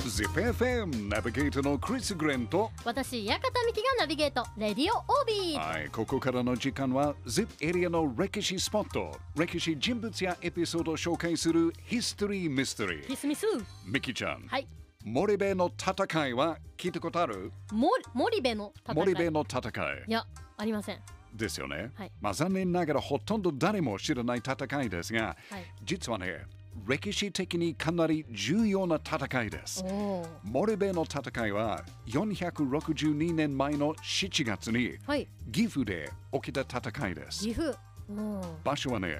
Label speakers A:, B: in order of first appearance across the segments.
A: ZIPFM ナビゲーターのクリス・グレンと
B: 私館美希がナビゲートレディオオービー
A: はいここからの時間は ZIP エリアの歴史スポット歴史人物やエピソードを紹介するヒストリー・ミステリー
B: ミスミス
A: ミキちゃん、
B: はい
A: 森部の戦いは聞いたことある
B: モ森部の戦い
A: 森部
B: い
A: の戦い
B: やありません
A: ですよね、
B: はい
A: まあ残念ながらほとんど誰も知らない戦いですが、
B: はい
A: 実はね歴史的にかなり重要な戦いです
B: おおー
A: 森部の戦いは462年前の7月に
B: はい
A: 岐阜で起きた戦いです
B: 岐阜おおー
A: 場所はね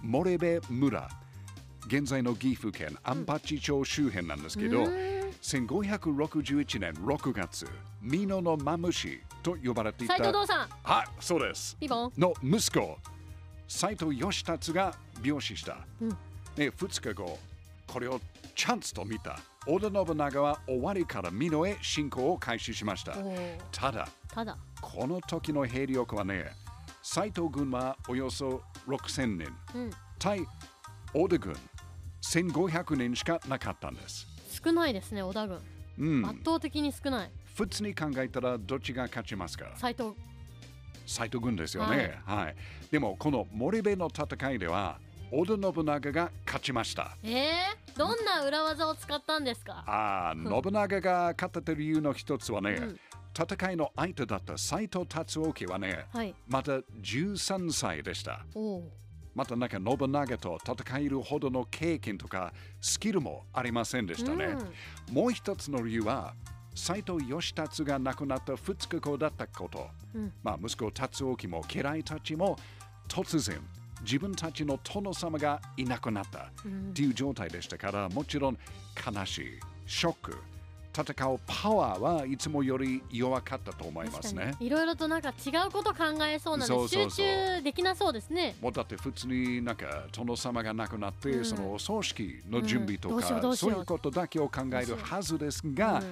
A: 森部村現在の岐阜県安八町周辺なんですけど、
B: うーん
A: 1561年6月美濃のマムシと呼ばれていた
B: 斎藤道さん
A: はいそうです
B: ピボン
A: の息子斎藤義達が病死した、
B: うん
A: で2日後これをチャンスと見た織田信長は終わりから美濃へ侵攻を開始しました
B: おお
A: ただ
B: ただ
A: この時の兵力はね斎藤軍はおよそ6000人
B: うん
A: 対織田軍1500人しかなかったんです、
B: 少ないですね織田軍
A: うん、
B: 圧倒的に少ない
A: 普通に考えたらどっちが勝ちますか
B: 斎藤
A: 斎藤軍ですよね、はいでもこの森部の戦いでは織田信長が勝ちました
B: えー、どんな裏技を使ったんですか
A: ああ信長が勝った理由の一つはね、
B: うん
A: 戦いの相手だった斎藤達興家はね
B: はい
A: また13歳でした
B: おお
A: またなんか信長と戦えるほどの経験とかスキルもありませんでしたね、もう一つの理由は斎藤義達が亡くなった2日後だったこと、
B: うん
A: まあ、息子達興も家来たちも突然自分たちの殿様がいなくなった
B: うん
A: っていう状態でしたからもちろん悲しいショック戦うパワーはいつもより弱かったと思いますね
B: 確かにいろいろとなんか違うこと考えそうなんで
A: そうそう
B: 集
A: そう
B: 中できなそうですね
A: もうだって普通になんか殿様が亡くなって、
B: うん
A: そのお葬式の準備と
B: うんどうしよう
A: か、
B: どうし
A: そ
B: よ
A: う
B: う
A: いうことだけを考えるはずですが、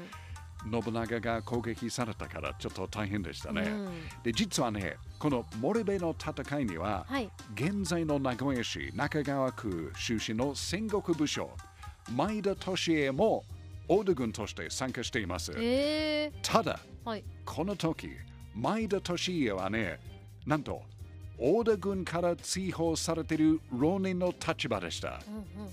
A: 信長が攻撃されたからちょっと大変でした
B: うん
A: ね。
B: うん
A: で実はねこの森部の戦いには、
B: はい
A: 現在の名古屋市中川区出身の戦国武将前田利家もオード軍として参加しています。
B: え
A: ただ
B: ー、はい
A: この時前田利家はねなんと織田軍から追放されている浪人の立場でした
B: うんうんうん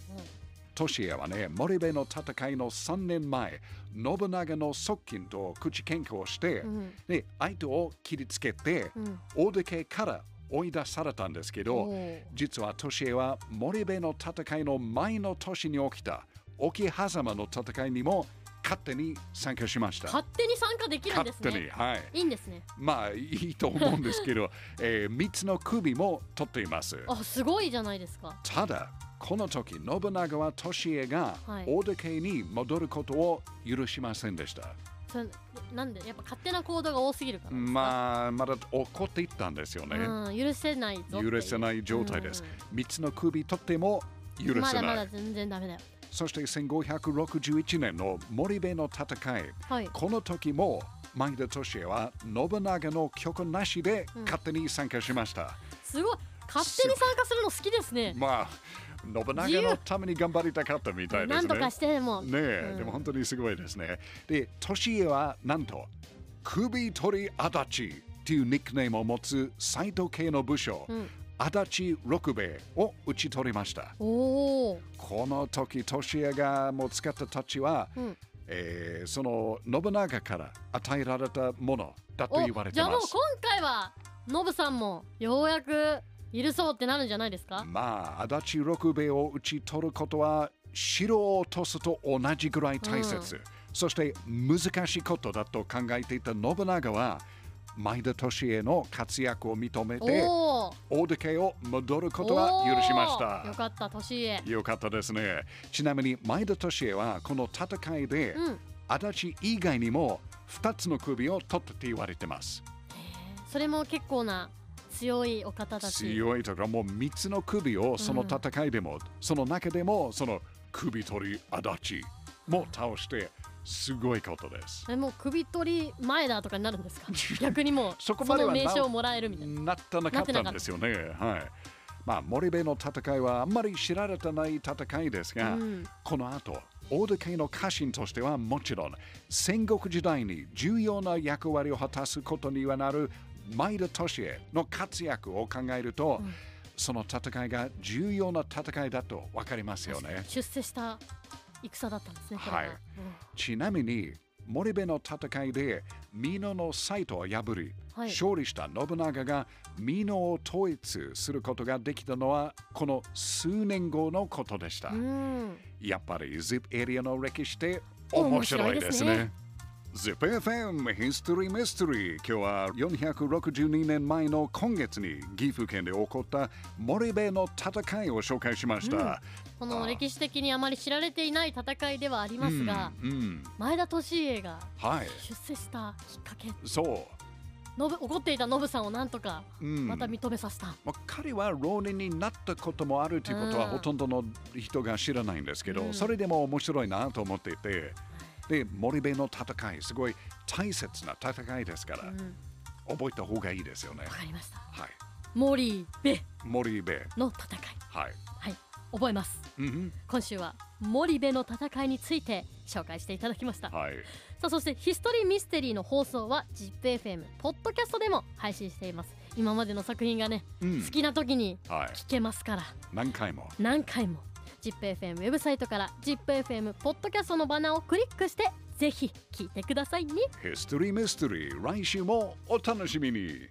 A: 利家はね森部の戦いの3年前信長の側近と口喧嘩をして、
B: うん
A: で相手を切りつけて、
B: うん
A: 織田家から追い出されたんですけど、
B: おー
A: 実は利家は森部の戦いの前の年に起きた沖狭間の戦いにも勝手に参加しました。
B: 勝手に参加できるんです
A: 勝手に、
B: ね
A: はい。
B: いいんですね
A: まあいいと思うんですけど、 え3つの首も取っています。
B: あすごいじゃないですか
A: ただ、この時、信長は利家が
B: はい
A: 大田家に戻ることを許しませんでした。
B: それなんでやっぱ勝手な行動が多すぎるからですか
A: まあ、まだ怒っていったんですよね。
B: うん、許せないぞっていう
A: 許せない状態です。3つの首取っても許せない。
B: まだまだ全然ダメだよ
A: そして1561年の森部の戦い、
B: はい
A: この時も前田利家は信長の許可なしで
B: うん
A: 勝手に参加しました。
B: すごい勝手に参加するの好きですね
A: まあ、信長のために頑張りたかったみたいですね。
B: なんとかしてでも、
A: ねえ、
B: うん
A: でも本当にすごいですね。で、利家はなんと、首取り足立っていうニックネームを持つ斎藤系の武将、
B: うん、
A: 足立六兵衛を討ち取りました。
B: おお、
A: この時、利家がもう使った太刀は、
B: うん、
A: えーその信長から与えられたものだと
B: お
A: 言われて
B: じゃあも
A: ま
B: う
A: す。
B: 今回はノブさんもようやく許そうってなるんじゃないですか
A: まあ、足立六兵衛を討ち取ることは、城を落とすと同じぐらい大切。
B: う
A: そして、難しいことだと考えていた信長は、前田利家の活躍を認めて、
B: おお
A: 大手家を戻ることは許しまし
B: よ
A: た。
B: かった年家
A: よかったですね。ちなみに、前田利家は、この戦いで、
B: うん
A: 足立以外にも、2つの首を取ったって言われてます。
B: それも結構な強いお方たち
A: 強いとかもう3つの首をその戦いでも、その中でもその首取り足立も倒してすごいことです。
B: えもう首取り前だとかになる んですか逆にもう
A: そこまでは
B: の
A: な
B: 名称をもらえるみたいな
A: なったなかったんですよね。はい。まあ森部の戦いはあんまり知られてない戦いですが、
B: うん
A: この後オード家の家臣としてはもちろん戦国時代に重要な役割を果たすことにはなる前田利家の活躍を考えると、その戦いが重要な戦いだと分かりますよね。
B: 出世した戦だったんですねこれが
A: はいちなみに森部の戦いで美濃のサイトを破り、
B: はい
A: 勝利した信長が美濃を統一することができたのはこの数年後のことでした。
B: うんうん
A: やっぱり ZIP エリアの歴史って面白いですね。ZIPFM History Mystery 今日は462年前の今月に岐阜県で起こった森部の戦いを紹介しました。
B: この歴史的にあまり知られていない戦いではありますが、
A: うんうん
B: 前田利家が
A: はい、
B: 出世したきっかけ
A: そ
B: のぶ怒っていたノブさんをなんとか
A: う。うん
B: また認めさせた、
A: まあ、彼は浪人になったこともあるということは
B: うん
A: ほとんどの人が知らないんですけど、
B: うん
A: それでも面白いなと思っていてで森部の戦いすごい大切な戦いですから
B: うん、わ
A: 覚えた方がいいですよね。
B: かりました
A: はい、
B: 森部
A: 森部、
B: の戦い
A: はい
B: はい覚えます
A: うん
B: 今週は森部の戦いについて紹介していただきました
A: うん、はい
B: さあそしてヒストリーミステリーの放送は ZIPFM ポッドキャストでも配信しています今までの作品がね、
A: うん
B: 好きな時に
A: はい、
B: 聞けますから
A: 何回も
B: 何回も ZIPFM ウェブサイトから ZIPFM ポッドキャストのバナーをクリックしてぜひ聞いてくださいね
A: 「ヒストリー・ミステリー」来週もお楽しみに